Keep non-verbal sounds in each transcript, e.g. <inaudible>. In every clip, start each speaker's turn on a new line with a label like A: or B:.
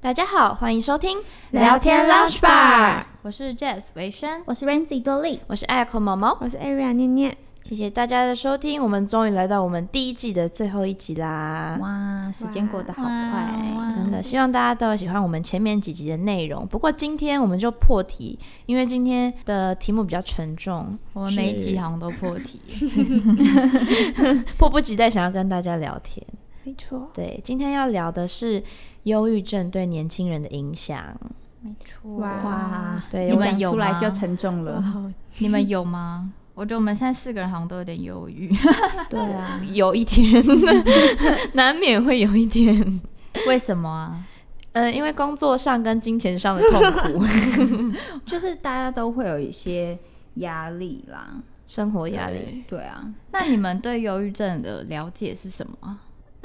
A: 大家好，欢迎收听
B: 聊天 Lounge Bar
A: 我是 Jazz 维轩，
B: 我是 Renzi 多利，
A: 我是 Echo 毛毛，
B: 我是 Aria 念念。
A: 谢谢大家的收听，我们终于来到我们第一季的最后一集啦。
B: 哇，时间过得好快，
A: 真的，希望大家都有喜欢我们前面几集的内容。不过今天我们就破题，因为今天的题目比较沉重，
C: 我们每一集好像都破题，
A: 迫不及待想要跟大家聊天。
B: 没错，
A: 对，今天要聊的是忧郁症对年轻人的影响。
C: 没错。
B: 哇，
A: 对，
C: 你
A: 我
C: 们
A: 们
C: 有
B: 出来
C: 吗
B: 就沉重了。
C: 你们有吗？我觉得我们现在四个人好像都有点忧郁，
A: 对啊，有一天难免会有一点，
C: 为什么啊？
A: <laughs> 嗯，因为工作上跟金钱上的痛苦，
D: 就是大家都会有一些压力啦，
A: <laughs> 生活压
B: 嗯
A: 力。
D: 对啊，
C: 那你们对忧郁症的了解是什么啊？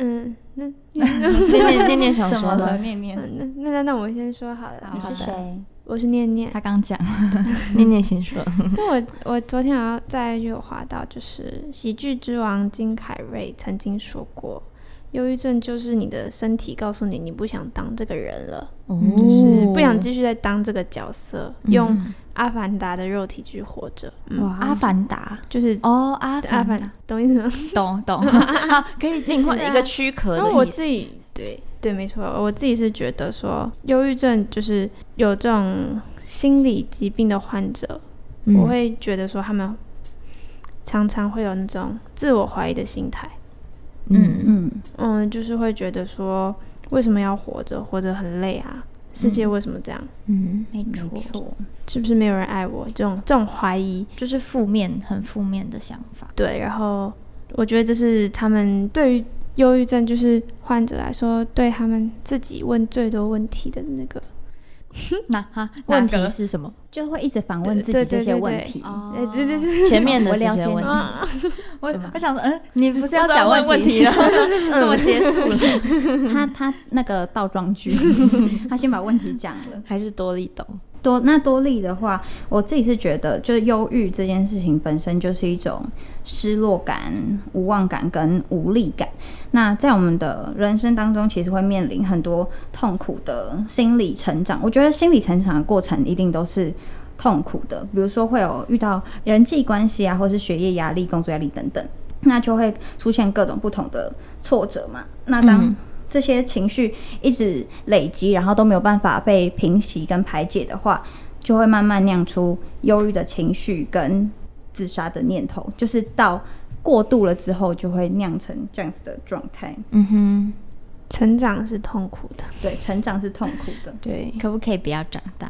B: 嗯，那
A: 念念念念想说吗？
D: 念
B: 那
D: 念？
B: 那那那我先说好了，
C: 好
D: 你是谁？
B: 我是念念。
C: 他刚讲，
A: 念念先说。
B: 那我我昨天好像在就有划到，就是喜剧之王金凯瑞曾经说过，忧郁症就是你的身体告诉你你不想当这个人了，就是不想继续再当这个角色，用
C: 嗯
B: 《阿凡达》的肉体去活着。嗯，
A: 哇
C: 阿凡达
B: 就是
C: 哦，阿
B: 阿
C: 凡
B: 凡
C: 达，，
B: 懂意思吗？
C: 懂懂，好可以进
A: 另
C: 化
A: 外一个躯壳
B: 然后我
A: 的意思
B: 自。己对对，没错，我自己是觉得说，忧郁症就是有这种心理疾病的患者，
A: 嗯
B: 我会觉得说他们常常会有那种自我怀疑的心态，
A: 嗯
D: 嗯，
B: 嗯，就是会觉得说为什么要活着，活着很累啊，世界为什么这样，
A: 嗯，
C: 没
D: 没
C: 错，
D: 错，
B: 是不是没有人爱我？这种这种怀疑，
C: 就是负面很负面的想法。
B: 对，然后我觉得这是他们对于忧郁症就是患者来说，对他们自己问最多问题的那个。
C: 那哈，
A: 问
C: 哪
A: 题
C: 个
A: 是什么？
D: 就会一直反问自
B: 对
D: 己这
B: 对
D: 些问题。
C: 哦
B: 哎，对对对，
A: 前面的
D: 我
A: 这
D: 了
A: 些 <laughs>
D: 解
A: 问题。
C: 我
A: 是吗
C: 我想说，嗯，你不是要
A: 我想
C: 讲
A: 问
C: 问
A: 问题
C: 题，然后就怎么结束了？
D: 他他那个倒装
B: <laughs>
D: 句，他先把问题讲了。
A: 还是多利懂，
D: 多那多利的话，我自己是觉得，就忧郁这件事情本身就是一种失落感、无望感跟无力感。那在我们的人生当中，其实会面临很多痛苦的心理成长。我觉得心理成长的过程一定都是痛苦的，比如说会有遇到人际关系啊，或是学业压力、工作压力等等，那就会出现各种不同的挫折嘛。那当
A: 嗯
D: 这些情绪一直累积，然后都没有办法被平息跟排解的话，就会慢慢酿出忧郁的情绪跟自杀的念头，就是到过度了之后，就会酿成这样子的状态。
A: 嗯哼，
B: 成长是痛苦的，
D: 对，成长是痛苦的。
B: 对，
C: 可不可以不要长大？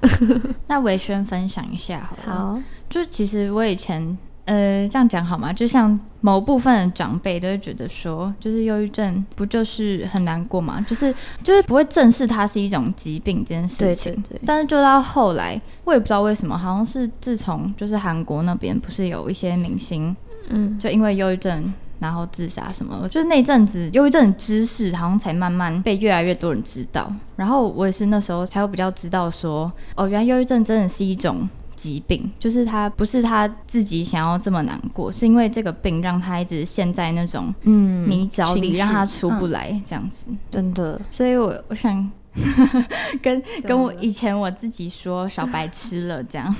C: 那维轩分享一下好了。
A: 好，
C: 就其实我以前呃这样讲好吗？就像某部分的长辈都会觉得说，就是忧郁症不就是很难过嘛，就是就是不会正视它是一种疾病这件事
A: 对
C: 情
A: 对。对，
C: 但是就到后来，我也不知道为什么，好像是自从就是韩国那边不是有一些明星
B: 嗯，
C: 就因为忧郁症然后自杀什么的，就是那阵子忧郁症的知识好像才慢慢被越来越多人知道。然后我也是那时候才会比较知道说，哦，原来忧郁症真的是一种。疾病就是他不是他自己想要这么难过，是因为这个病让他一直陷在那种
A: 嗯
C: 泥沼
A: 情
C: 里，
A: 绪嗯
C: 让他出不来这样子。
A: 真的，
C: 所以我我想 <laughs> 跟
D: 么
C: 跟我
D: 了
C: 以前我自己说少白痴了这样。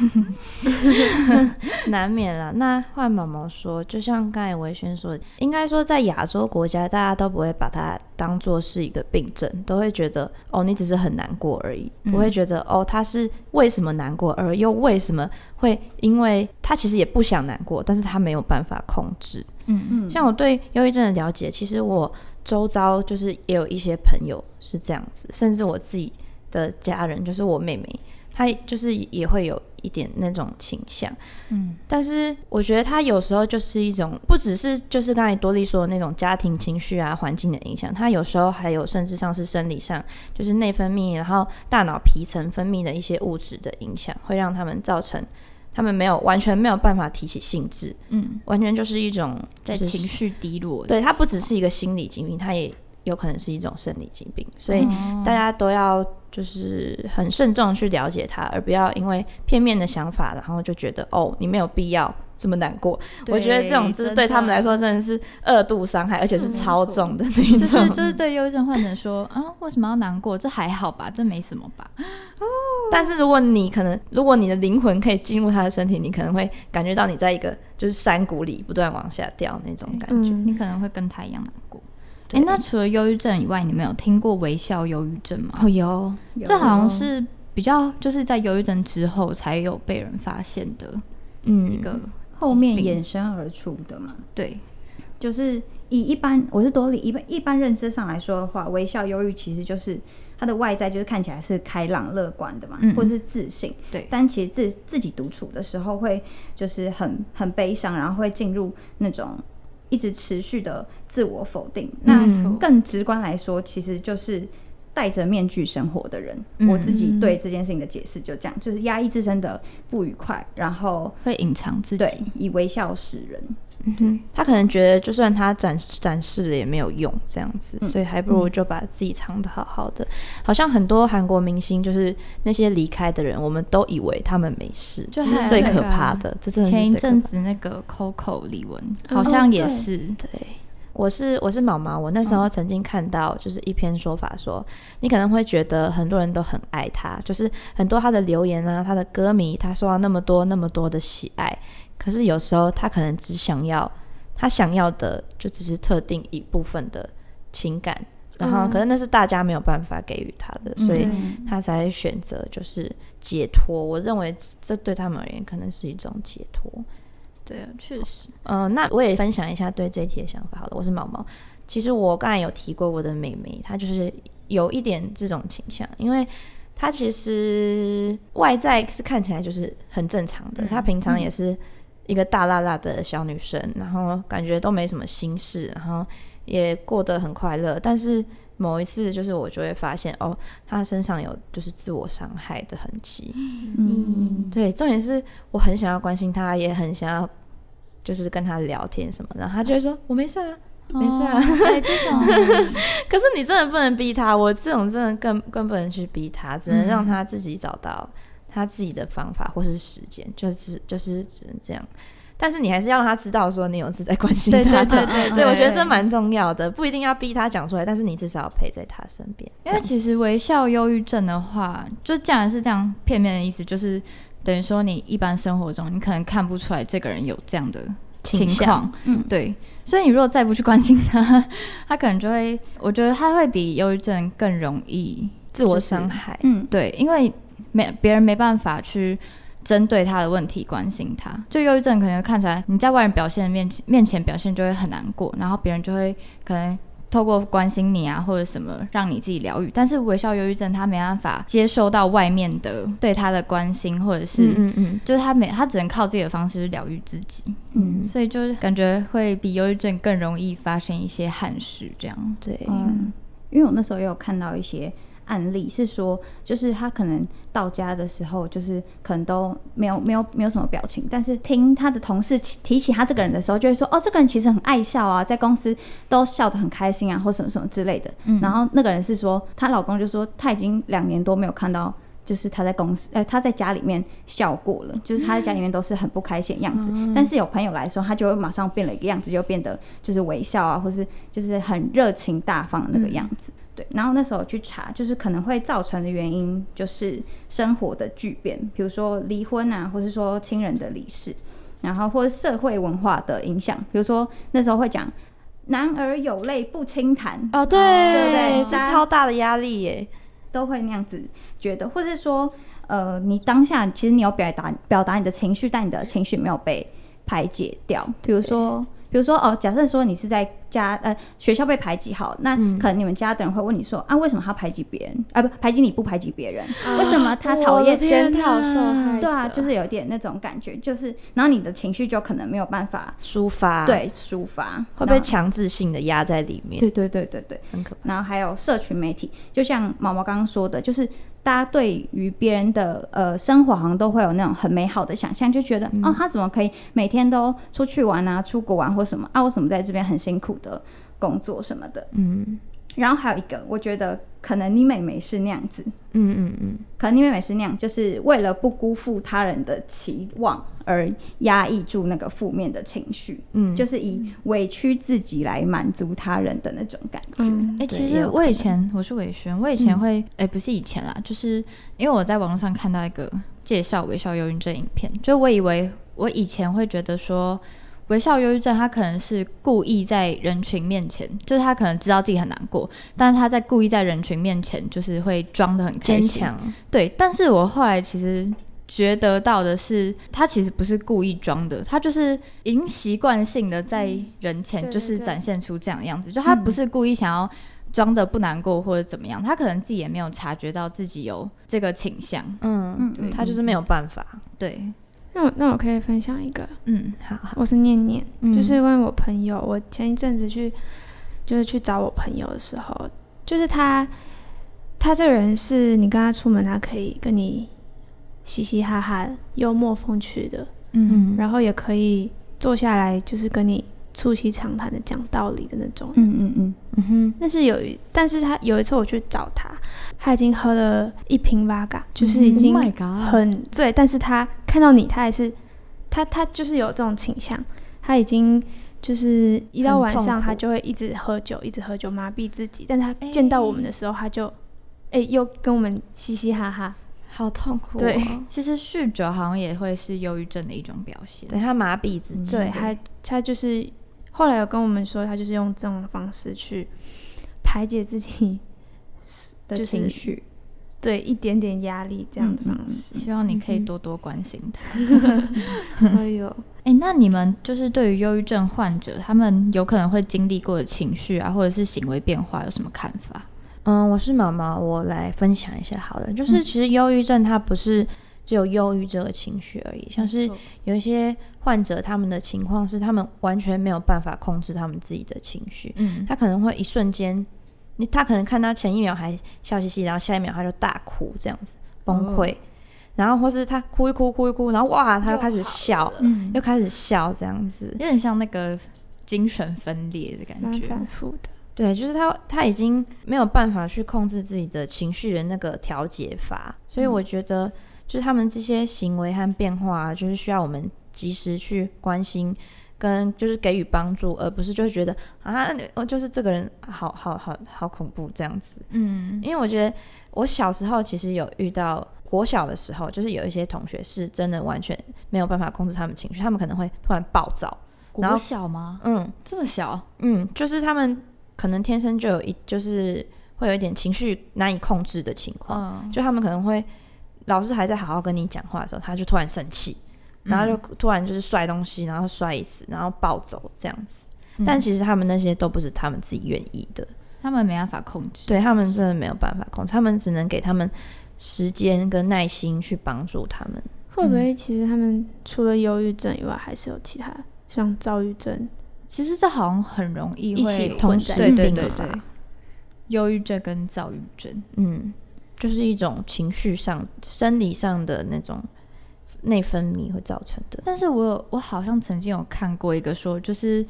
A: 难免啦。那换毛毛说，就像刚才维轩说，应该说在亚洲国家，大家都不会把它当做是一个病症，都会觉得哦，你只是很难过而已，
C: 嗯
A: 不会觉得哦，他是为什么难过，而又为什么会因为他其实也不想难过，但是他没有办法控制。
C: 嗯，
D: 嗯，
A: 像我对忧郁症的了解，其实我周遭就是也有一些朋友是这样子，甚至我自己的家人，就是我妹妹，她就是也会有一点那种倾向。
C: 嗯，
A: 但是我觉得她有时候就是一种，不只是就是刚才多莉说的那种家庭情绪啊、环境的影响，她有时候还有甚至上是生理上，就是内分泌，然后大脑皮层分泌的一些物质的影响，会让他们造成。他们没有完全没有办法提起兴致，
C: 嗯，
A: 完全就是一种
C: 在
A: 就是
C: 情绪低落。
A: 对，它不只是一个心理疾病，它也有可能是一种生理疾病，所以大家都要就是很慎重地去了解它，而不要因为片面的想法，然后就觉得哦，你没有必要这么难过。我觉得这种就是对他们来说真的是二度伤害，而且是超重的那
C: 就
A: 种。
C: 是就是对忧郁症患者说啊，为什么要难过？这还好吧，这没什么吧。
A: 但是如果你可能，如果你的灵魂可以进入他的身体，你可能会感觉到你在一个就是山谷里不断往下掉那种感觉。
B: 嗯
C: 你可能会跟他一样难过。哎、
A: 对
C: 那除了忧郁症以外，你们有听过微笑忧郁症吗？
A: 哦，有，
C: 这好像是比较就是在忧郁症之后才有被人发现的
A: 嗯，
C: 一个、
D: 后面
C: 疾病
D: 衍生而出的嘛。
C: 对，
D: 就是以一般我是多理一般一般认知上来说的话，微笑忧郁其实就是它的外在就是看起来是开朗乐观的嘛，
C: 嗯
D: 或是自信。
C: 对
D: 但其实自自己独处的时候会就是很很悲伤，然后会进入那种一直持续的自我否定。那
C: 没错
D: 更直观来说，其实就是。戴着面具生活的人，
C: 嗯
D: 我自己对这件事情的解释就这样，就是压抑自身的不愉快，然后
C: 会隐藏自己。
D: 对以微笑示人。
A: 他可能觉得就算他展展示了也没有用，这样子，
D: 嗯
A: 所以还不如就把自己藏得好好的。好像很多韩国明星，就是那些离开的人，我们都以为他们没事，
C: 就
A: 这是
C: 还
A: 最
C: 有那
A: 可
C: 个
A: 怕
C: 啊
A: 的。这真的是
C: 前一
A: 最可
C: 阵
A: 怕
C: 子那个 Coco 李玟
B: 嗯
C: 好
B: 哦
C: 像也
B: 对
C: 是，
A: 对，我是我是毛毛，我那时候嗯曾经看到就是一篇说法说，你可能会觉得很多人都很爱他，就是很多他的留言啊，他的歌迷，他受到那么多那么多的喜爱，可是有时候他可能只想要他想要的就只是特定一部分的情感，然后
B: 嗯
A: 可是那是大家没有办法给予他的，所以他才选择就是解脱。我认为这对他们而言可能是一种解脱。
C: 对啊，确实，
A: 嗯、那我也分享一下对这一题的想法。好了，我是毛毛。其实我刚才有提过，我的妹妹她就是有一点这种倾向，因为她其实外在是看起来就是很正常的，她平常也是一个大辣辣的小女生，然后感觉都没什么心事，然后也过得很快乐。但是某一次，就是我就会发现，哦，她身上有就是自我伤害的痕迹。
C: 嗯，
A: 对，重点是我很想要关心他，也很想要就是跟他聊天什么的，然后他就会说我没事啊，没事啊。
C: 哦对这种
A: <laughs> 可是你真的不能逼他，我这种真的更更不能去逼他，只能让他自己找到他自己的方法或是时间，就是就是只能这样。但是你还是要让他知道说你有是在关心
C: 对
A: 他
C: 对
A: 的。
C: 对对
A: <laughs> 对，我觉得这蛮重要的，不一定要逼他讲出来，但是你至少要陪在他身边。
C: 因为其实微笑忧郁症的话，就既然是这样片面的意思，就是等于说你一般生活中你可能看不出来这个人有这样的情
A: 倾向
C: 况，嗯，对。所以你如果再不去关心他， <laughs> 他可能就会，我觉得他会比忧郁症更容易，
A: 自我
C: 就是
A: 伤害，
D: 嗯，
C: 对，因为没别人没办法去。针对他的问题关心他，就忧郁症可能看起来你在外人表现面前面前表现就会很难过，然后别人就会可能透过关心你啊，或者什么让你自己疗愈。但是微笑忧郁症他没办法接收到外面的对他的关心，或者是、
A: 嗯嗯嗯，
C: 就是他没他只能靠自己的方式去疗愈自己，
D: 嗯
C: 所以就是感觉会比忧郁症更容易发生一些憾事这样。
A: 对，
D: 嗯，因为我那时候也有看到一些案例，是说就是他可能到家的时候，就是可能都没有没有没有什么表情，但是听他的同事提提起他这个人的时候，就会说哦，这个人其实很爱笑啊，在公司都笑得很开心啊，或什么什么之类的。
C: 嗯
D: 然后那个人是说，她老公就说他已经两年多没有看到。就是他在公司，呃，他在家里面笑过了，就是他在家里面都是很不开心的样子。但是有朋友来的时候，他就会马上变了一个样子，就变得就是微笑啊，或是就是很热情大方的那个样子。对，然后那时候去查，就是可能会造成的原因就是生活的巨变，比如说离婚啊，或是说亲人的离世，然后或是社会文化的影响，比如说那时候会讲“男儿有泪不轻弹”，
A: 哦对，
D: 对不对
A: 这
D: 大家
A: 超大的压力耶。
D: 都会那样子觉得，或是说，呃，你当下其实你有表达表达你的情绪，但你的情绪没有被排解掉。比如说，比如说哦，假设说你是在家呃学校被排挤好，那
A: 嗯
D: 可能你们家的人会问你说、啊，为什么他排挤别人？啊，不排挤你不排挤别人？
B: 啊
D: 为什么他讨厌？
A: 检
B: 检
A: 讨
B: 讨
A: 受
B: 受
A: 害
B: 害
D: 对啊，就是有点那种感觉，就是然后你的情绪就可能没有办法
A: 抒发，，
D: 对抒发，
A: 啊会
D: 然
A: 被
D: 后
A: 强制性的压在里面，
D: 对对对对对。
A: 很可怕。
D: 然后还有社群媒体，就像毛毛刚刚说的，就是大家对于别人的呃生活好像都会有那种很美好的想象，就觉得、
A: 嗯
D: 哦，他怎么可以每天都出去玩啊、出国玩或什么啊？我怎么在这边很辛苦的工作什么的？
A: 嗯，
D: 然后还有一个，我觉得可能你妹妹是那样子，
A: 嗯嗯嗯，
D: 可能你妹妹是那样，就是为了不辜负他人的期望而压抑住那个负面的情绪，
A: 嗯
D: 就是以委屈自己来满足他人的那种感觉。
B: 嗯，
C: 哎、
D: 对
C: 其
D: 也
C: 实
D: 有
C: 我
D: 可
C: 以
D: 能嗯
C: 前我是伟轩，我以前会，哎、不是以前啦，就是因为我在网络上看到一个介绍微笑忧郁症影片，就我以为我以前会觉得说。微笑忧郁症，他可能是故意在人群面前，就是他可能知道自己很难过，但是他在故意在人群面前，就是会装的很开
A: 坚
C: 心
A: 强，
C: 对，但是我后来其实觉得到的是，他其实不是故意装的，他就是已经习惯性的在人前
B: 嗯对
C: 就是
B: 对嗯
C: 展现出这样的样子，就他不是故意想要装的不难过或者怎么样，他可能自己也没有察觉到自己有这个倾向。
A: 嗯
D: 对
A: 嗯，他就是没有办法，
C: 对，
B: 那我那我可以分享一个，
C: 嗯，
A: 好好，
B: 我是念念，
A: 嗯
B: 就是因为我朋友，我前一阵子去就是去找我朋友的时候，就是他他这个人是你跟他出门，他可以跟你嘻嘻哈哈、幽默风趣的，
A: 嗯
B: 然后也可以坐下来就是跟你促膝长谈的讲道理的那种。
D: 嗯嗯嗯，
A: 嗯哼，
B: 但是有一，但是他有一次我去找他，他已经喝了一瓶 v 嘎，就是已经
C: Oh my god，
B: 很醉，但是他看到你，他还是他他就是有这种倾向，他已经就是一到
A: 很
B: 晚
A: 痛
B: 上
A: 苦
B: 他就会一直喝酒，一直喝酒麻痹自己，但他见到我们的时候，他就哎、又跟我们嘻嘻哈哈，
A: 好痛苦哦
B: 对
C: 其实酗酒好像也会是忧郁症的一种表现。
A: 对他麻痹自己，
B: 对，他他就是后来有跟我们说，他就是用这种方式去排解自己
D: 的
B: 就是
D: 情绪，
B: 对一点点压力这样的
D: 嗯
B: 方式。
C: 希望你可以
B: 嗯
C: 多多关心他。
B: 哎呦，
C: 哎、那你们就是对于忧郁症患者，他们有可能会经历过的情绪啊，或者是行为变化，有什么看法？
A: 嗯，我是毛毛，我来分享一下好了。就是其实忧郁症它不是只有忧郁这个情绪而已，像是有一些患者他们的情况是他们完全没有办法控制他们自己的情绪，
C: 嗯，
A: 他可能会一瞬间，你他可能看他前一秒还笑嘻嘻，然后下一秒他就大哭这样子崩
C: 哦
A: 溃，然后或是他哭一哭哭一哭，然后哇他又开始笑，
C: 嗯，
A: 又开始笑这样子
C: 有，点像那个精神分裂的感
B: 蛮
C: 觉。
B: 反复的。
A: 对，就是他他已经没有办法去控制自己的情绪的那个调节法，所以我觉得就是他们这些行为和变化啊、就是需要我们及时去关心。跟就是给予帮助，而不是就会觉得啊，你哦，就是这个人好好好好恐怖这样子。
C: 嗯
A: 因为我觉得我小时候其实有遇到国小的时候，就是有一些同学是真的完全没有办法控制他们情绪，他们可能会突然暴躁。然
C: 国
A: 后
C: 小吗？
A: 嗯，
C: 这么小？
A: 嗯，就是他们可能天生就有一，就是会有一点情绪难以控制的情况，
C: 嗯，
A: 就他们可能会老师还在好好跟你讲话的时候，他就突然生气，然
C: 嗯
A: 后就突然就是摔东西，然后摔一次，然后暴走这样子。
C: 嗯
A: 但其实他们那些都不是他们自己愿意的，
C: 他们没办法控制。
A: 对他们真的没有办法控制，他们只能给他们时间跟耐心去帮助他们。
B: 会不会其实他们除了忧郁症以外，还是有其他像躁郁症？
C: 其实这好像很容易
B: 一起
C: 会
A: 同
B: 混
A: 时
B: 在
C: 对对
A: 并
C: 对
A: 发
C: 对，忧郁症跟躁郁症。
A: 嗯，就是一种情绪上、生理上的那种内分泌会造成的。
C: 但是我有我好像曾经有看过一个说，就是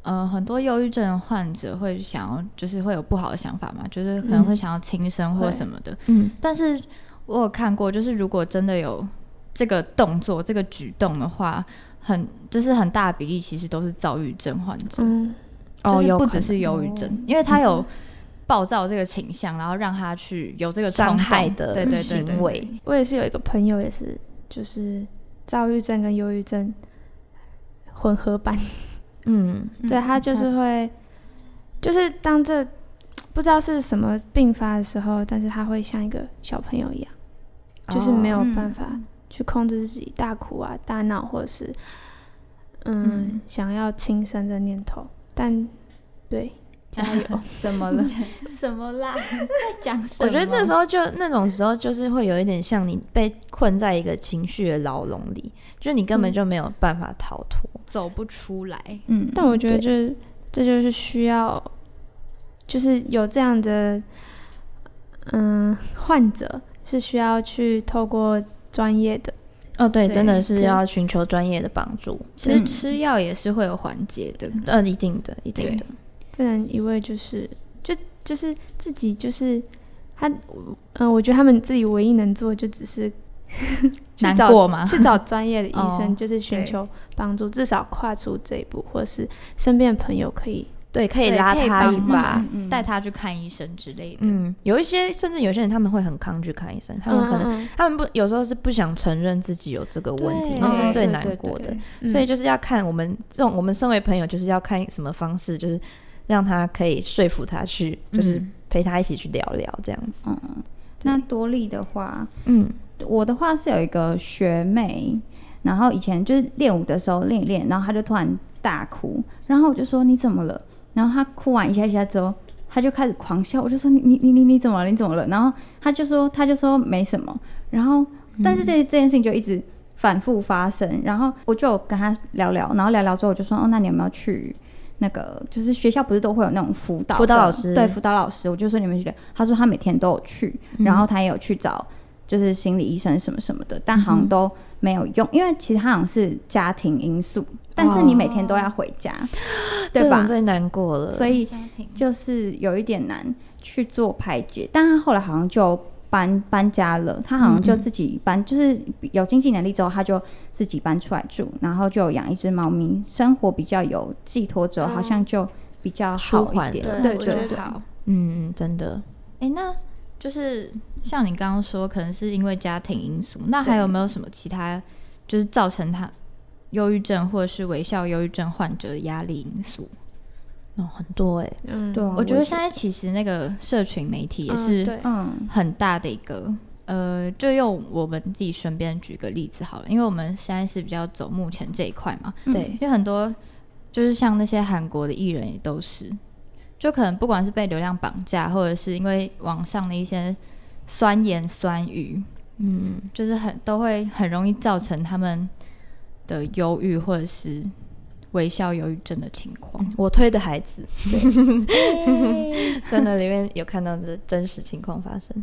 C: 呃，很多忧郁症的患者会想要，就是会有不好的想法嘛，就是可能会想要轻生或
B: 会
C: 什么的。
A: 嗯，
C: 但是我有看过，就是如果真的有这个动作、这个举动的话，很就是很大比例其实都是躁郁症患者，
B: 嗯，
A: 哦，
C: 就是
A: 有
C: 不
A: 可
C: 只是
A: 能哦
C: 忧郁症，因为他有。暴躁这个倾向，然后让他去有这个
A: 伤
C: 冲动
A: 害的
C: 对对对对
A: 行为，
B: 我也是有一个朋友，也是就是躁郁症跟忧郁症混合版， <laughs>
A: 嗯，
B: 对他就是会，就是当这不知道是什么病发的时候，但是他会像一个小朋友一样，
A: 哦
B: 就是没有办法去控制自己大哭啊、大闹，或者是嗯
C: 嗯
B: 想要轻生的念头，但对加油，
D: 怎么了？ <laughs> 什么啦？在讲什
A: 我觉得那时
D: 候
A: 候就那种时候就是会有一点像你被困在一个情绪的牢笼里，就是你根本
B: 嗯
A: 就没有办法逃脱。
C: 走不出来。
D: 嗯，
B: 但我觉得
A: 对
B: 就是这就是需要，就是有这样的嗯患者是需要去透过专业的，
A: 哦，对，
B: 对
A: 真的是
B: 对
A: 要寻求专业的帮助，
C: 其实
D: 嗯
C: 吃药也是会有缓解的，
A: 呃，一定的，一定
C: 对
A: 的，
B: 不然一味就是就就是自己就是他，嗯、呃我觉得他们自己唯一能做的就只是去
C: 难
B: 找
C: 过吗？
B: 去找专业的医生，
C: 啊哦
B: 就是寻
C: 对
B: 求帮助，至少跨出这一步，或是身边的朋友 <laughs> 可以。
A: 对，可以
C: 对
A: 拉
C: 可以
A: 他一
C: 帮
A: 把。
D: 嗯嗯
C: 带他去看医生之类的。
A: 嗯，有一些甚至有些人他们会很抗拒看医生，他们可能、
B: 嗯嗯
A: 他们不有时候是不想承认自己有这个问题，
C: 对
A: 那是
D: 对
A: 最
D: 对
A: 难
D: 对
A: 过的。
C: 对
B: 嗯
A: 所以就是要看我们这种我们身为朋友，就是要看什么方式，就是让他可以说服他去，就是
C: 嗯
A: 陪他一起去聊聊这样子。
D: 嗯那多利的话，
A: 嗯，
D: 我的话是有一个学妹，然后以前就是练舞的时候练一练，然后她就突然大哭，然后我就说你怎么了？然后她哭完一下一下之后，她就开始狂笑，我就说你你你你你怎么了？你怎么了？然后她就说她就说没什么，然后但是这这件事情就一直反复发生，然后我就有跟她聊聊，然后聊聊之后我就说哦，那你有没有去？那个就是学校不是都会有那种辅导的
A: 辅导老师
D: 对辅导老师，我就说你们去聊。她说她每天都有去，然
A: 嗯
D: 后她也有去找就是心理医生什么什么的，但好像都没有用，因为其实它好像是家庭因素，但是你每天都要回家，对
A: 哦这
D: 吧
A: 种？最难过了。
D: 所以
C: 家庭
D: 就是有一点难去做排解，但他后来好像就搬搬家了，他好像
A: 嗯
D: 就自己搬，就是有经济能力之后，他就自己搬出来住，然后就有养一只猫咪，生活比较有寄托之后，好像就比较
A: 哦舒
D: 好
A: 缓
D: 一点，
A: 了
D: <laughs> 对
C: 我
D: 对
C: 觉
D: 对
C: 得，好。
A: 嗯，嗯真的，
C: 哎、那就是像你刚刚说，可能是因为家庭因素，那还有没有什么其他就是造成他忧郁症或者是微笑忧郁症患者的压力因素？
A: 哦，很多哎、
B: 嗯，
D: 对啊
C: 我觉得现在其实那个社群媒体也
B: 嗯
C: 是
B: 对，
D: 嗯，
C: 很大的一个。呃，就用我们自己身边举个例子好了，因为我们现在是比较走目前这一块嘛，
D: 嗯
A: 对，
C: 因为很多就是像那些韩国的艺人也都是，就可能不管是被流量绑架，或者是因为网上的一些酸言酸语，
A: 嗯，
C: 就是很都会很容易造成他们的忧郁或者是微笑忧郁症的情况。
A: 我推的孩 <laughs> 子，真的里面有看到这真实情况发生。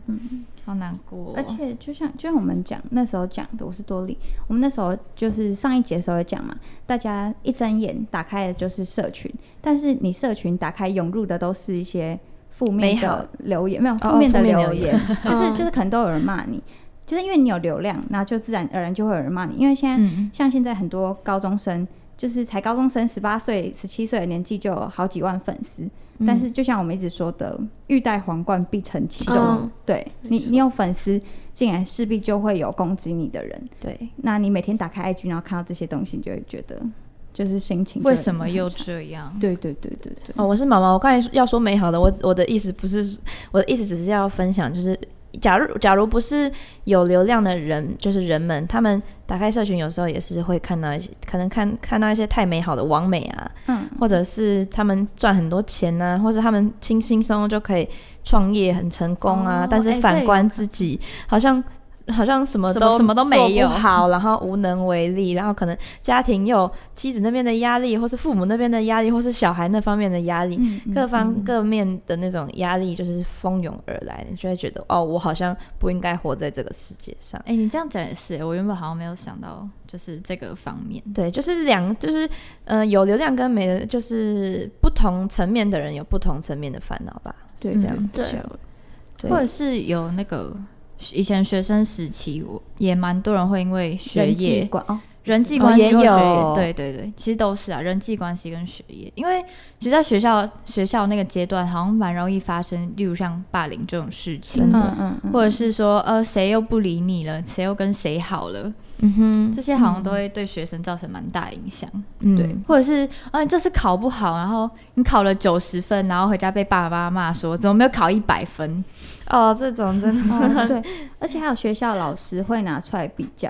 C: 好难过哦、
D: 而且就像就像我们讲那时候讲的，我是多利，我们那时候就是上一节的时候也讲嘛，大家一睁眼打开的就是社群，但是你社群打开涌入的都是一些负面
A: 美好
D: 的留言，没有
A: 哦
D: 负面的
A: 负面
D: 留
A: 留哦
D: 言，就是
B: 嗯
D: 就是可能都有人骂你，就是因为你有流量，那就自然而然就会有人骂你，因为现在、
C: 嗯，
D: 像现在很多高中生。就是才高中生，十八岁、十七岁的年纪就有好几万粉丝，但是就像我们一直说的，欲戴皇冠必承其重。
B: 嗯
D: 对你，
B: 错
D: 你有粉丝，进来势必就会有攻击你的人。
A: 对，
D: 那你每天打开 IG，然后看到这些东西，你就会觉得就是心情就
C: 为
D: 会
C: 什么
D: 很
C: 又
D: 差
C: 这样？
D: 对对对对对，
A: 哦，我是毛毛。我刚才要说美好的，我我的意思不是，我的意思只是要分享，就是假如假如不是有流量的人，就是人们，他们打开社群，有时候也是会看到一些，可能看看到一些太美好的完美啊，
D: 嗯，
A: 或者是他们赚很多钱呐、或者他们轻轻松松就可以创业很成功啊，
C: 哦
A: 但是
C: 哎这
A: 反
C: 也
A: 观自己，好像。好像什么
C: 怎么
A: 都
C: 什么都没
A: 做不
C: 有
A: 好，然后无能为力，然后可能家庭又有妻子那边的压力，或是父母那边的压力，或是小孩那方面的压力，
D: 嗯嗯
A: 各方各面的那种压力就是蜂拥而来，你就会觉得哦，我好像不应该活在这个世界上。
C: 哎、你这样讲也是，我原本好像没有想到就是这个方面。
A: 对，就是两，就是呃，有流量跟没的，就是不同层面的人有不同层面的烦恼吧，
D: 对
A: 是这样。
B: 对，
A: 对，
C: 或者是有那个以前学生时期，我也蛮多人会因为学
D: 人际
C: 业、
D: 关哦，
C: 人际
A: 哦
C: 关系
A: 也
C: 或学业，
A: 有
C: 对对对，其实都是啊，人际关系跟学业，因为其实，在学校学校那个阶段，好像蛮容易发生，例如像霸凌这种事情
A: 真，的
D: 嗯嗯嗯，
C: 或者是说呃谁又不理你了，谁又跟谁好了，
A: 嗯哼，
C: 这些好像都会对学生造成蛮大影响。
A: 嗯
D: 对
C: 或者是啊，你这次考不好，然后你考了九十分，然后回家被爸爸妈妈骂说怎么没有考一百分？
A: 哦，这种真
D: <laughs>
A: 的
C: <laughs>
D: 哦对，而且还有学校老师会拿出来比较。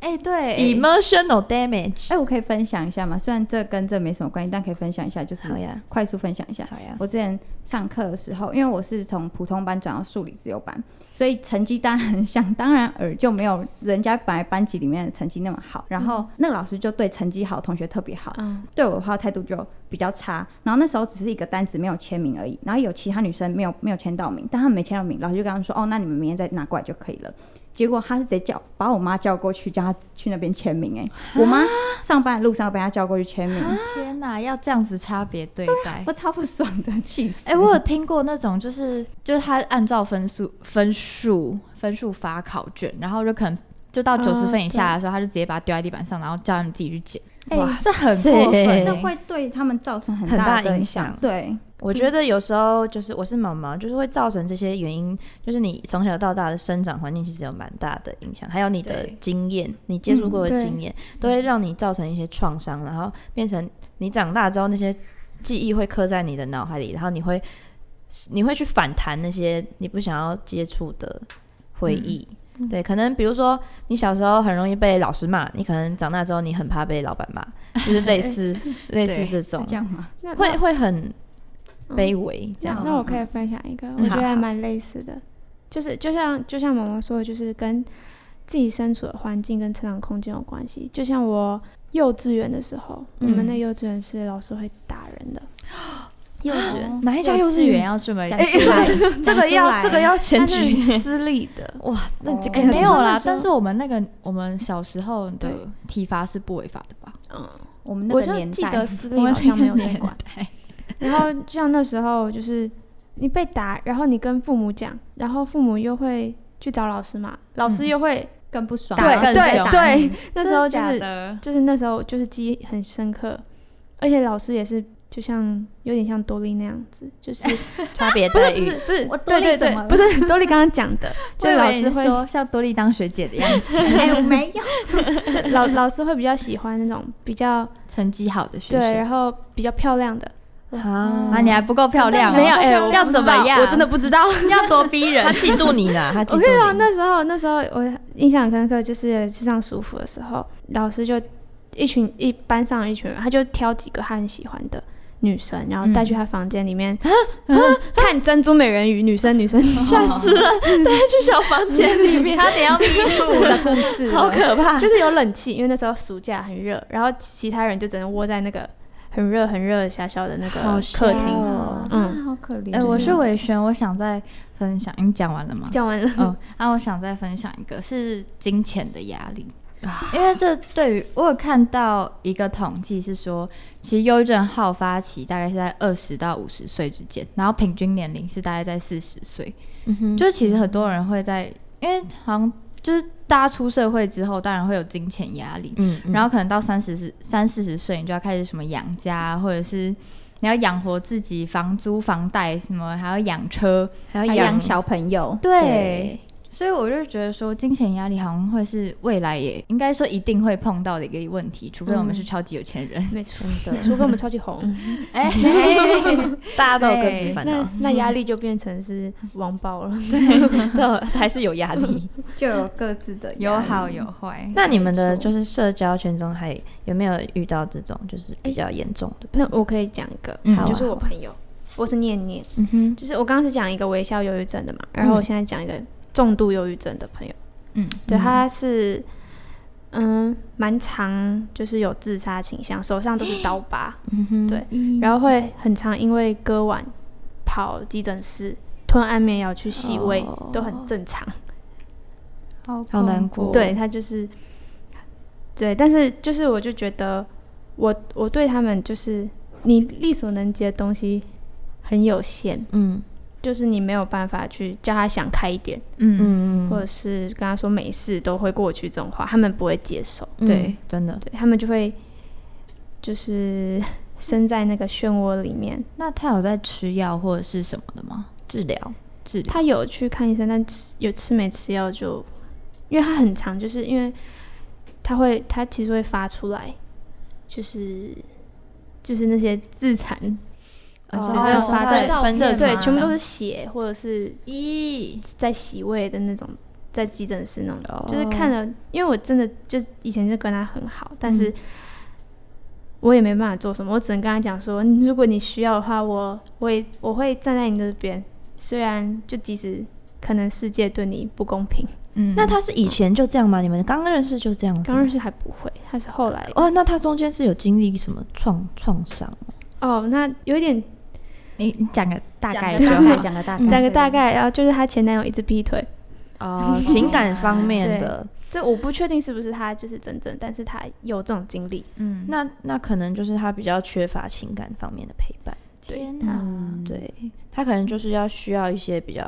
C: 哎、对，
A: emotional damage。
D: 哎，我可以分享一下吗？虽然这跟这没什么关系，但可以分享一下，就是
A: 好呀，
D: 快速分享一下。
A: 好呀，
D: 我之前上课的时候，因为我是从普通班转到数理自由班，所以成绩当然 <laughs> 想当然尔就没有人家本来班级里面的成绩那么好。然后
A: 嗯
D: 那个老师就对成绩好的同学特别好，
B: 嗯
D: 对我的话态度就比较差。然后那时候只是一个单子没有签名而已，然后有其他女生没有没有签到名，但她们没签到名，老师就跟她们说：“哦，那你们明天再拿过来就可以了。”结果他是直接叫把我妈叫过去，叫她去那边签名、哎，我妈上班的路上被他叫过去签名，
C: 天哪，要这样子差别对啊待。
D: 我超不爽的，气死！
C: 哎、我有听过那种，就是就是他按照分数分数分数发考卷，然后就可能就到
B: 哦
C: 九十分以下的时候，他就直接把它丢在地板上，然后叫你自己去捡。
D: 哎、
A: 哇
D: 这很
A: 塞
D: 过分，这会对他们造成很
A: 很大
D: 的
A: 影响
D: 对，
A: 我觉得有时候就是我是妈妈，就是会造成这些原因，就是你从小到大的生长环境其实有蛮大的影响，还有你的
C: 对
A: 经验，你接触过的
B: 嗯对
A: 经验、都会让你造成一些创伤，然后变成你长大之后那些记忆会刻在你的脑海里，然后你会你会去反弹那些你不想要接触的回忆。对，可能比如说你小时候很容易被老师骂，你可能长大之后你很怕被老板骂，就是类似类似这
C: 对
D: 是
A: 种，
D: 这样吗？
A: <laughs>
B: 那
A: 会会很
B: 那
A: 卑微这
B: 那
A: 样
D: 子
B: 那我可以分享一个，我
A: 嗯
B: 觉
A: 好
B: 得还
A: 好
B: 蛮类似的，就是就像就像毛毛说的，就是跟自己身处的环境跟成长空间有关系。就像我幼稚园的时候，我们那幼稚园是老师会打人的，幼稚园
A: 哪一家
C: 幼
A: 幼
C: 稚
A: 稚
C: 园
A: 园？
C: 要这么 <laughs>
A: 哎
D: 出来
A: 这个要这个要前
B: 它是
A: 举例
B: 私立的，
A: 哇， <laughs> 那这个
C: 哎、
A: 要
C: 没有啦
B: 就是说，
C: 但是我们那个我们小时候的
B: 对
C: 体罚是不违法的吧？
B: 嗯，
D: 我们那
B: 我
D: 个
B: 就
D: 年
B: 记
D: 代，
B: 得私
C: 我
B: 立
C: 们
B: 好像没有
C: 那个
B: 在
C: 年
B: 管。
C: 代
B: 然后像那时候就是你被打，然后你跟父母讲，然后父母又会去找老师嘛，老师又会、
D: 更不爽，
C: 打
B: 对
C: 更
B: 对
C: 凶
B: 对，那时候就
C: 真的
B: 是
C: 假的
B: 就是那时候就是记忆很深刻，而且老师也是就像有点像多莉那样子，就是
A: 差别
B: 不是
A: 待
B: 不
A: 遇
B: 是。不是
D: 我，多
B: 对
D: 莉
B: 对
D: 怎
B: 对
D: 么，了
B: 不是多莉刚刚讲的，就
C: 我以
B: 是
C: 为
B: 老师
C: 你
B: 会
C: 说像多莉当学姐的样子，
D: 哎，我没有，
B: 就是老老师会比较喜欢那种比较
C: 成绩好的学
B: 对，啊
C: 生。
B: 然后比较漂亮的，
A: 啊
C: 啊，你还不够漂亮、哦，
B: 没有哎、我
C: 要
B: 不
C: 怎
B: 知道
C: 么样？
B: 我真的不知
A: <laughs>
B: 道。
C: 要多逼人
A: 他嫉妒你啦，他嫉
B: 我跟你
A: 妒
B: 讲，
A: 你。
B: 啊那时候那时候我印象很深刻，就是有一次上舒服的时候，老师就一群一班上一群人，他就挑几个他很喜欢的女生，然后带去他房间里面、啊看《珍珠美人鱼》，女生女生吓死了， <laughs> 带去小房间里面，
C: 差点要逼吐的故事
A: 好可怕！
B: 就是有冷气，因为那时候暑假很热，然后其他人就只能窝在那个很热很热小小的那个客
A: 吓
B: 厅。
A: 哦
B: 嗯
D: 啊，好可怜。
B: <laughs>
C: 哎、我是
D: 就是
C: 伟轩，我想再分享，你讲完了吗？
B: 讲完了，
C: 嗯，啊，我想再分享一个是金钱的压力，
B: 啊
C: 因为这对于我有看到一个统计是说，其实忧郁症好发期大概是在二十到五十岁之间，然后平均年龄是大概在四十岁，
A: 就
C: 就其实很多人会在，因为好像就是大家出社会之后，当然会有金钱压力，
A: 嗯，
C: 然
A: 然
C: 后
A: 后
C: 可能到三十十三四十岁，你就要开始什么养家啊，或者是你要养活自己，房租、房贷什么，还要养车。
A: 还要
D: 还
A: 养
D: 养小朋友，
C: 对，
A: 对
C: 所以我就觉得说，金钱压力好像会是未来也应该说一定会碰到的一个问题，除非我们是超级有钱人。
B: <laughs> <laughs> 没错，
A: 真的
B: 除非我们超级红，
C: 哎、
A: 大家都有各自烦恼
B: 那，那压力就变成是网暴 <laughs> 了。
A: 都 <laughs> 还是有压力。
D: 就有各自的压
C: <laughs> 有
D: 力
C: 好有坏。
A: 那你们
D: 没
A: 的
D: 错
A: 就是社交圈中还有没有遇到这种就是比较严重的？
B: 那我可以讲一个，
C: 嗯
A: 好啊
B: 就是我朋友，我是念念，
A: 嗯哼，
B: 就是我刚刚是讲一个微笑忧郁症的嘛，
A: 嗯
B: 然后我现在讲一个重度忧郁症的朋友，
C: 嗯，
B: 对，他是嗯蛮常就是有自杀倾向，手上都是刀疤，
A: 嗯哼，
B: 对然后会很常因为割腕跑急诊室。吞安眠药去洗胃、
A: 哦
B: 都很正常，
C: 好
A: 好难
C: 恐怖
A: 过。
B: 对，他就是，对，但是就是我就觉得我我对他们就是你力所能及的东西很有限，
A: 嗯
B: 就是你没有办法去叫他想开一点，
C: 嗯，
A: 嗯
B: 或者是跟他说没事都会过去这种话，他们不会接受，
A: 嗯，
C: 对
A: 对，真的
B: 对他们就会就是 <laughs> 身在那个漩涡里面。
C: 那他有在吃药或者是什么的吗？
A: 治疗
C: 治疗？
B: 他有去看医生，但吃有吃没吃药就，因为他很长，就是因为他会他其实会发出来，就是就是那些自残，
C: 呃
D: 哦
C: 所以
D: 他
C: 他
D: 有
C: 有
D: 发
C: 发
D: 在分
C: 在分
D: 射
C: 射
B: 对，
D: 吗
B: 全部都是血或者是咦在洗胃的那种，在急诊室那种，
C: 哦
B: 就是看了，因为我真的就以前就跟他很好，但是我也没办法做什么，我只能跟他讲说，如果你需要的话，我我也我会站在你这边，虽然就即使可能世界对你不公平，
C: 嗯，
A: 那他是以前就这样吗？你们刚认识就这样子吗？
B: 刚认识还不会，他是后来
A: 哦，那他中间是有经历什么创创伤？
B: 哦，那有一点
C: 你你讲个大概
D: 讲个
C: 就
D: 大概
C: 好。
D: 讲个大
A: 嗯
D: 概，
B: 讲个大概，然后就是她前男友一直劈腿，
A: 哦，
C: 嗯
A: 情感方面的，
B: 这我不确定是不是他就是真正，但是他有这种经历，
C: 嗯，
A: 那那可能就是他比较缺乏情感方面的陪伴，
B: 嗯对
C: 天哪，
D: 嗯
A: 对
C: 嗯
A: 他可能就是要需要一些比较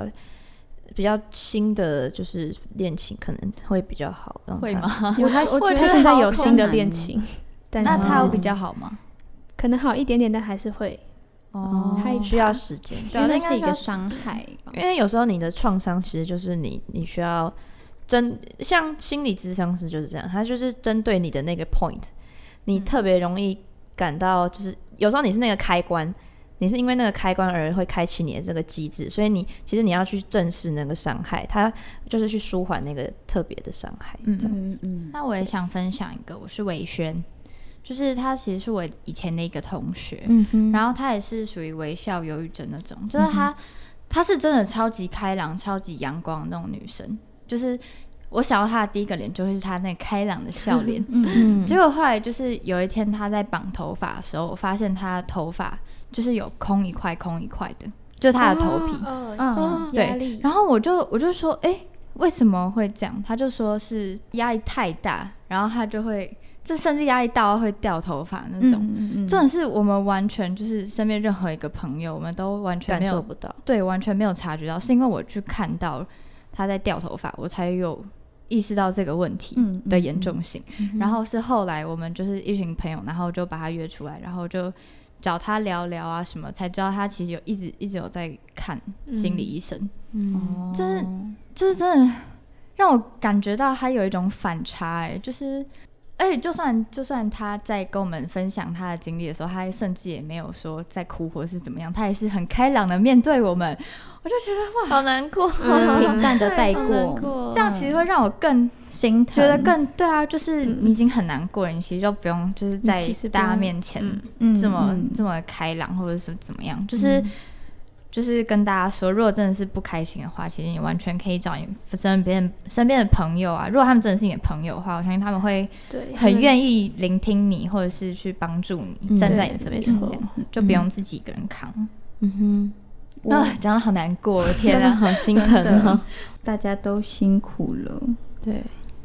A: 比较新的，就是恋情可能会比较好，让
C: 会
A: 他？
D: 嗯啊
C: 吗？
D: <laughs>
B: 有他，
C: 我
B: 我
C: 觉
B: 觉得
C: 得
B: 现在
C: 好
B: 有
C: 困
B: 新的
D: 难
B: 恋
D: 哦
B: 情，但
C: 那
B: 是
C: 他有比较好吗？
B: 可能好一点点，但还是会
C: 哦
B: 还
A: 嗯需要时间，
C: 对啊那
D: 那
C: 应该
D: 是一
C: 是
D: 个
C: 要
D: 伤害吧。
A: 因为有时候你的创伤其实就是你你需要针像心理咨商师就是这样，他就是针对你的那个 point，你
C: 嗯
A: 特别容易感到就是有时候你是那个开关。你是因为那个开关而会开启你的这个机制，所以你其实你要去正视那个伤害，它就是去舒缓那个特别的伤害。
C: 嗯
A: 这样
D: 嗯嗯，
C: 那我也想分享一个，我是维轩，就是他其实是我以前的一个同学，
A: 嗯哼
C: 然后他也是属于微笑忧郁症那种，就是他、他是真的超级开朗、超级阳光的那种女生，就是我想到她的第一个脸就会是她那开朗的笑脸，
A: <laughs> 嗯
C: 结果后来就是有一天她在绑头发的时候，我发现她头发就是有空一块空一块的，就是她的头皮，
B: 哦，
D: 嗯
C: 对
B: 压力，
C: 然后我就我就说，哎、为什么会这样？他就说是压力太大，然后他就会，这甚至压力大到会掉头发那种。
D: 嗯
C: 真的是我们完全就是身边任何一个朋友，我们都完全
A: 感
C: 没
A: 受
C: 有
A: 不到，
C: 对，完全没有察觉到，是因为我去看到他在掉头发，我才有意识到这个问题
D: 嗯
C: 的严重性。然后是后来我们就是一群朋友，然后就把他约出来，然后就找他聊聊啊什么，才知道他其实有一直一直有在看心理医生。
A: 嗯，
D: 哦
C: 就是就是真的让我感觉到他有一种反差、哎，就是，而且就算就算他在跟我们分享他的经历的时候，他甚至也没有说在哭或是怎么样，他也是很开朗的面对我们，我就觉得哇，
A: 好难过，
D: 就是
A: <laughs>
C: 嗯
D: 平淡的带
B: 好难
D: 过， <laughs>
B: 过
C: 这样其实会让我更
D: 心疼，
C: 觉得更对啊，就是
B: 嗯
C: 你已经很难过了，你其实就不用就是在
B: 你其实不用
C: 大家面前
B: 嗯
D: 嗯
C: 这么、
D: 嗯
C: 这么开朗或者是怎么样，就是。就是跟大家说，如果真的是不开心的话，其实你完全可以找你身边身边的朋友啊。如果他们真的是你的朋友的话，我相信他们会
B: 对，
C: 很
B: 意。
C: 愿意聆听你，或者是去帮助你，
A: 嗯
C: 站在
B: 对
C: 你这
B: 没
C: 边，这
B: 错
C: 样就不用自己一个人扛。
A: 嗯哼，
D: <laughs> 我
C: 啊，讲的好难过，天
A: 真的
C: 啊！
A: 好心疼
D: 真的
A: 哦。
D: <laughs> 大家都辛苦了。
A: 对，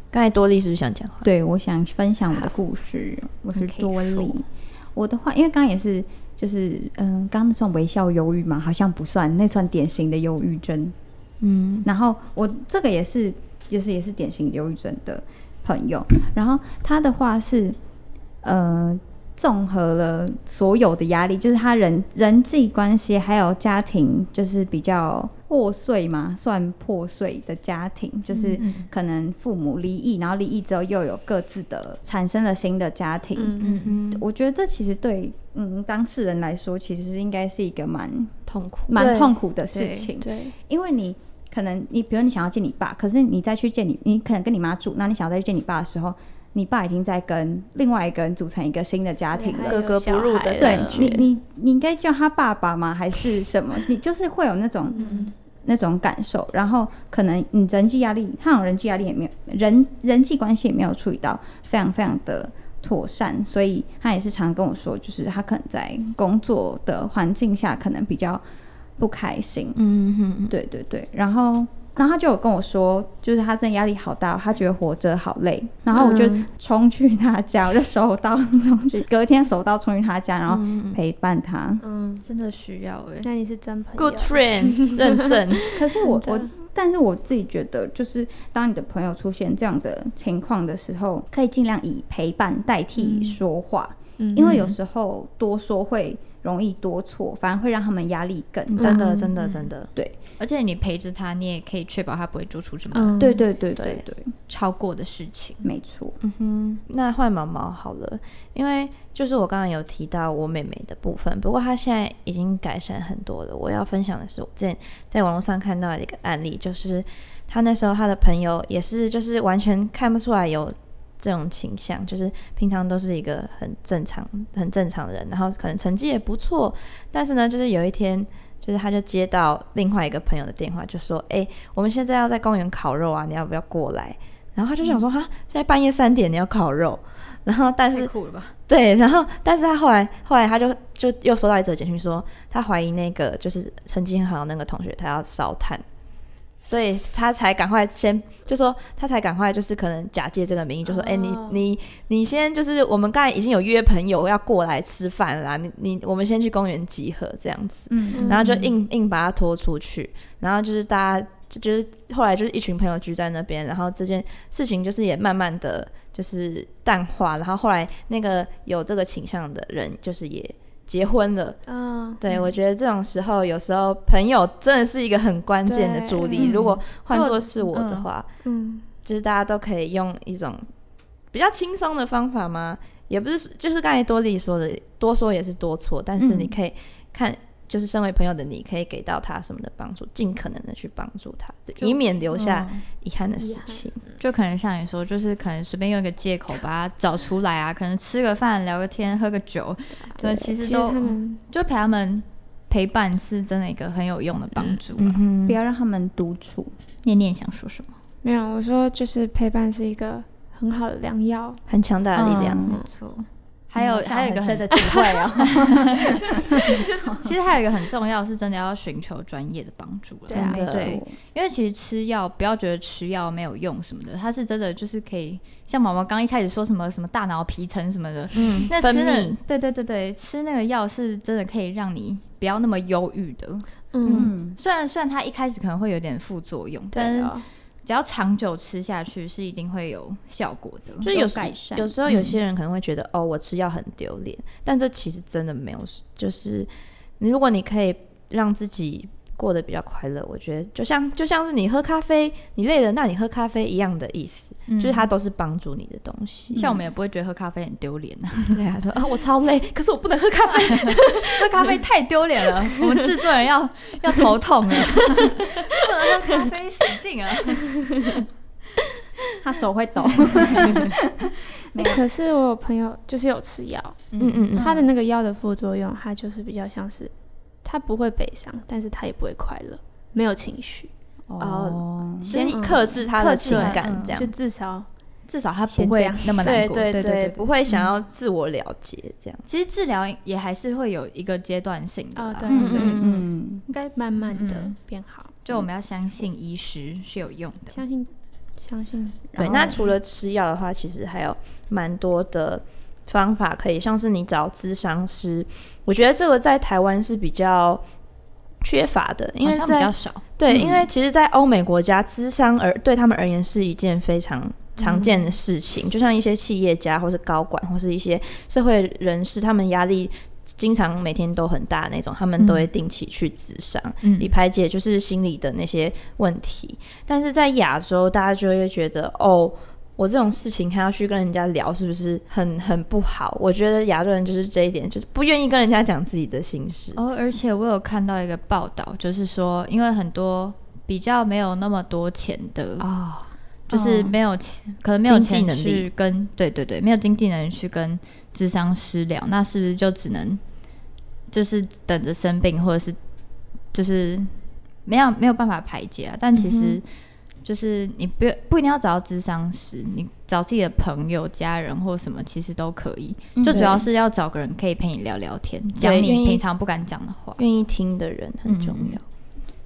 A: 刚才多莉是不是想讲话？
D: 对，我想分享我的故事，我是
C: 你可以
D: 多莉
C: 说。
D: 我的话，因为刚刚也是，就是嗯，刚刚那算微笑忧郁嘛，好像不算，那算典型的忧郁症。
A: 嗯
D: 然后我这个也是，就是也是典型忧郁症的朋友。然后他的话是，呃，综合了所有的压力，就是他人人际关系还有家庭，就是比较破碎嘛，算破碎的家庭，就是
C: 嗯
D: 可能父母离异，然后离异之后又有各自的产生了新的家庭。
B: 嗯，
C: 嗯嗯，
D: 我觉得这其实对嗯当事人来说，其实是应该是一个蛮
A: 痛苦，
D: 蛮
B: 对
D: 痛苦的
C: 对
D: 事情。
A: 嗯
B: 对，
D: 因为你可能你比如你想要见你爸，可是你再去见你，你可能跟你妈住，那你想要再去见你爸的时候，你爸已经在跟另外一个人组成一个新的家庭
B: 对
A: 格
D: 了。
A: 格不入的
D: 对
A: 感觉
D: 你，你你应该叫他爸爸吗？还是什么？你就是会有那种
B: 嗯，
D: 那种感受，然后可能你人际压力，他好像人际压力也没有人人际关系也没有处理到非常非常的妥善，所以他也是常跟我说，就是他可能在工作的环境下可能比较不开心，
A: 嗯哼嗯，
D: 对对对，然后。然后他就有跟我说，就是他真的压力好大，他觉得活着好累。然后我就
A: 嗯
D: 冲去他家，我就手刀冲去，隔天手刀冲去他家，然后陪伴他。
B: 嗯，
C: 真的需要哎、
B: 那你是真朋友
A: Good friend 认证，
D: 可是我
B: 真
D: 我
B: 的，
D: 但是我自己觉得，就是当你的朋友出现这样的情况的时候，可以尽量以陪伴代替说话，
B: 嗯
D: 因为有时候多说会容易多错，反而会让他们压力更大。
A: 嗯真
D: 嗯
A: 的真的真的，
C: 而且你陪着他，你也可以确保他不会做出什么
B: 嗯，
D: 对对对对对，
C: 超过的事情。
D: 没错。
A: 嗯哼，那换毛毛好了，因为就是我刚刚有提到我妹妹的部分，不过她现在已经改善很多了。我要分享的是我之前在网络上看到的一个案例，就是她那时候她的朋友也是就是完全看不出来有这种倾向，就是平常都是一个很正常很正常的人，然后可能成绩也不错，但是呢，就是有一天。就是她就接到另外一个朋友的电话，就说：“哎、我们现在要在公园烤肉啊，你要不要过来？”然后他就想说，哈，现在半夜三点你要烤肉，然后但
C: 嗯太
A: 是
C: 酷了吧？
A: 对，然后但是他后来后来他就就又收到一则简讯说，他怀疑那个就是成绩很好的那个同学他要烧炭，所以他才赶快先就说，他才赶快就是可能假借这个名义就说，哎、你
B: 哦
A: 你你先就是我们刚才已经有约朋友要过来吃饭啦，你你我们先去公园集合这样子，
D: 嗯，
A: 然后就硬硬把他拖出去，然后就是大家就就是后来就是一群朋友聚在那边，然后这件事情就是也慢慢的就是淡化，然后后来那个有这个倾向的人就是也结婚了。
B: 嗯，
A: 对，我觉得这种时候，有时候朋友真的是一个很关键的助力。
C: 对
A: 如果换
C: 如
A: 作
C: 果
A: 是我的话，
B: 嗯，
A: 就是大家都可以用一种比较轻松的方法吗？也不是，就是刚才多莉说的，多说也是多错，但是
D: 嗯
A: 你可以看，就是身为朋友的你，可以给到他什么的帮助，尽可能的去帮助他，以免留下
C: 嗯
A: 遗憾的事
B: 憾
A: 情。
C: 就可能像你说，就是可能随便用一个借口把它找出来啊，可能吃个饭、聊个天、喝个酒，这其
B: 其
C: 实
B: 实
C: 都嗯
B: 他们
C: 就陪他们陪伴是真的一个很有用的帮助、啊。
A: 嗯哼
D: 不，要让他们独处。
C: 念念想说什么？
B: 没有，我说就是陪伴是一个很好的良药。
A: 很强大的力量。
C: 嗯没错。还有、还有一个
D: 嗯深的
C: 很，
D: 体会
C: <laughs>
D: 哦。
C: 其实还有一个很重要，是真的要寻求专业的帮助了。
A: 对啊
D: 真的
C: 对，因为其实吃药，不要觉得吃药没有用什么的，它是真的就是可以，像毛毛刚一开始说什么什么大脑皮层什么的，
A: 嗯
C: 那
A: 分
C: 吃的
A: 泌，
C: 对对对对，吃那个药是真的可以让你不要那么忧郁的。
B: 嗯，
D: 嗯，
C: 虽然虽然它一开始可能会有点副作用，但
B: 对
C: 是
A: 啊
B: 哦，
C: 只要长久吃下去，是一定会有效果的。
A: 就是有
D: 有
A: 时
D: 改善
A: 有时候有些人可能会觉得，哦，我吃药很丢脸，但这其实真的没有，就是你如果你可以让自己过得比较快乐，我觉得就像就像是你喝咖啡，你累了，那你喝咖啡一样的意思，
C: 嗯
A: 就是它都是帮助你的东西。
C: 像我们也不会觉得喝咖啡很丢脸啊， <laughs>
A: 对啊，说啊，我超累，可是我不能喝咖啡。
C: 喝咖啡太丢脸
A: <laughs>
C: 了，我们制作人要要头痛了， <laughs> 不能喝咖啡死定啊 <laughs> 了。
D: 他手会抖。
B: 哎可是我有朋友就是有吃药，
A: 嗯嗯嗯，
B: 他的那个药的副作用，他就是比较像是他不会悲伤，但是他也不会快乐，没有情绪，
A: 哦
D: 哦，
A: 先
B: 嗯
A: 克制他的
C: 克制
A: 情
C: 对
A: 感
C: 嗯，
A: 这样
B: 就。至少
C: 至少他不
B: 先这
C: 会
B: 样
C: 那么难
A: 对
C: 过。
A: 对
C: 对
A: 对，
C: 对
A: 不会想要自我了结这样。
C: 其实治疗也还是会有一个阶段性的啦、
B: 哦对
D: 嗯
A: 对
D: 嗯
C: 应该
B: 慢慢的
C: 嗯
B: 变好。
C: 就我们要相信医师是有用的。
B: 相信，相信。
A: 对，
B: 然
A: 那
B: 后
A: 除了吃药的话，其实还有蛮多的方法可以，像是你找咨商师，我觉得这个在台湾是比较缺乏的，因为
C: 好像比
A: 在
C: 较少，
A: 对，因为其实，在欧美国家，咨商而对他们而言是一件非常常见的事情，就像一些企业家或是高管或是一些社会人士，他们压力。经常每天都很大那种，他们都会定期去咨商，
C: 嗯
A: 以排解就是心理的那些问题。但是在亚洲，大家就会觉得哦。我这种事情还要去跟人家聊，是不是很很不好？我觉得亚洲人就是这一点，就是不愿意跟人家讲自己的心事。
C: 哦，而且我有看到一个报道，就是说，因为很多比较没有那么多钱的，
A: 啊、
C: 就是没有钱，可能没有
A: 经济
C: 钱
A: 能力
C: 去跟，对对对，没有经济能力去跟智商师聊，那是不是就只能就是等着生病，或者是就是没有没有办法排解啊？但其实就是你不不一定要找到智商师，你找自己的朋友、家人或什么，其实都可以。
D: 嗯
C: 就主要是要找个人可以陪你聊聊天，讲
A: 对愿
C: 你
A: 意
C: 平常不敢讲的话。
A: 愿意听的人很重要。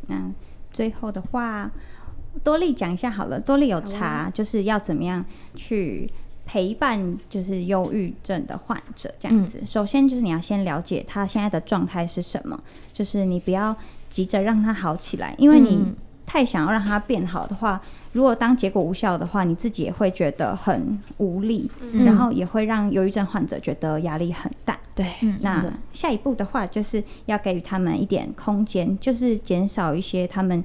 D: 那最后的话，多利讲一下好了。多利有
A: 啊
D: 查，就是要怎么样去陪伴，就是忧郁症的患者这样
A: 嗯
D: 子。首先就是你要先了解他现在的状态是什么，就是你不要急着让他好起来，因为你
A: 嗯
D: 太想要让他变好的话，如果当结果无效的话，你自己也会觉得很无力，
A: 嗯
D: 然后也会让忧郁症患者觉得压力很大。
A: 对，
C: 嗯
D: 那
A: 真的
D: 下一步的话，就是要给予他们一点空间，就是减少一些他们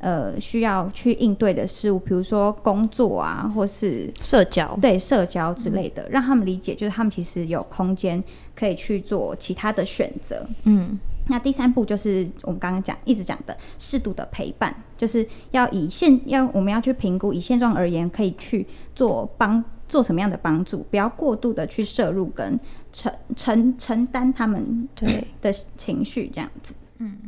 D: 呃需要去应对的事物，比如说工作啊，或是
A: 社交，
D: 对社交之类的，让他们理解，就是他们其实有空间可以去做其他的选择。
A: 嗯，
D: 那第三步就是我们刚刚讲一直讲的适度的陪伴，就是要以现要我们要去评估，以现状而言，可以去做帮做什么样的帮助，不要过度的去摄入跟承承承担他们
A: 对。
D: 的情绪这样子。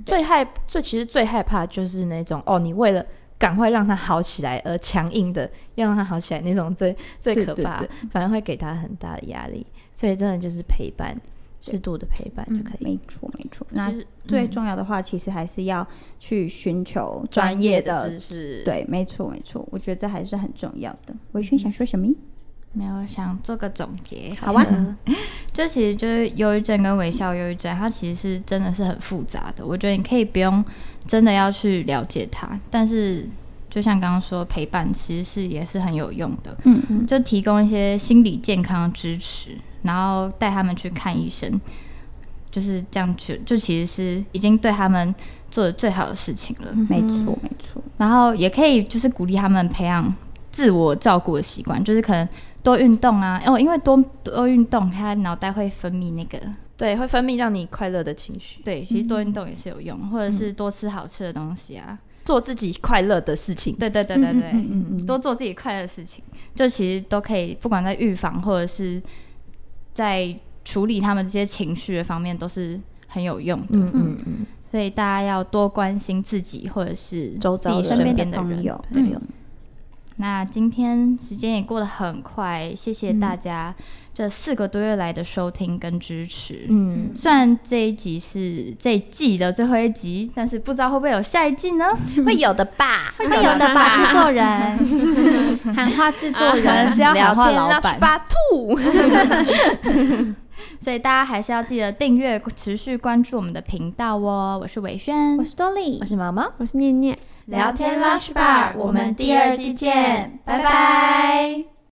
A: 最害最其实最害怕就是那种哦，你为了赶快让他好起来而强硬的要让他好起来那种最最
D: 对
A: 可
D: 对
A: 怕，
D: 对
A: 反而会给他很大的压力。所以真的就是陪伴，适度的陪伴就可以。
D: 没错，没错。那
C: 就是
D: 最
C: 嗯
D: 重要的话，其实还是要去寻求
A: 专
D: 专业
A: 的
D: 的
A: 知识，
D: 对，没错没错，我觉得这还是很重要的。维轩想说什么？
C: 没有想做个总结，
D: 好啊，
C: 这其实就是忧郁症跟微笑忧郁症，它其实是真的是很复杂的。我觉得你可以不用真的要去了解它，但是就像刚刚说，陪伴其实是也是很有用的，
D: 嗯嗯，
C: 就提供一些心理健康的支持，然后带他们去看医生，就是这样去，就其实是已经对他们做的最好的事情了。
D: 没错没错，
C: 然后也可以就是鼓励他们培养自我照顾的习惯，就是可能多运动啊，哦，因为多多运动，他脑袋会分泌那个，
A: 对，会分泌让你快乐的情绪，
C: 对，其实多运动也是有用，或者是多吃好吃的东西啊，
A: 做自己快乐的事情。
C: 对对对对对，
D: 嗯嗯
C: 多做自己快乐的事情，就其实都可以，不管在预防或者是在处理他们这些情绪的方面，都是很有用的。
A: 嗯嗯嗯，
C: 所以大家要多关心自己，或者是
A: 周遭的
C: 自己
A: 人
C: 身
D: 身
C: 边
D: 边
C: 的
D: 朋
C: 人。
D: 友，
A: 对
D: 嗯
A: 有
C: 那今天时间也过得很快，谢谢大家这四个多月来的收听跟支持。
A: 嗯，
C: 虽然这一集是这一季的最后一集，但是不知道会不会有下一季呢？
A: 会有的吧？
D: 会有的吧？制作人， <laughs> 喊话制作
C: 可能
A: <laughs>
D: 人，
C: 是要
A: 聊
C: 喊话
A: 天
C: 老
A: 啦
C: 板，
A: 八兔，
C: 所以大家还是要记得订阅、持续关注我们的频道哦。我是伟轩
D: 我，是多莉
A: 我，是毛毛，
B: 我是念念。
A: 聊天 Lunch Bar，我们第二季见，拜拜。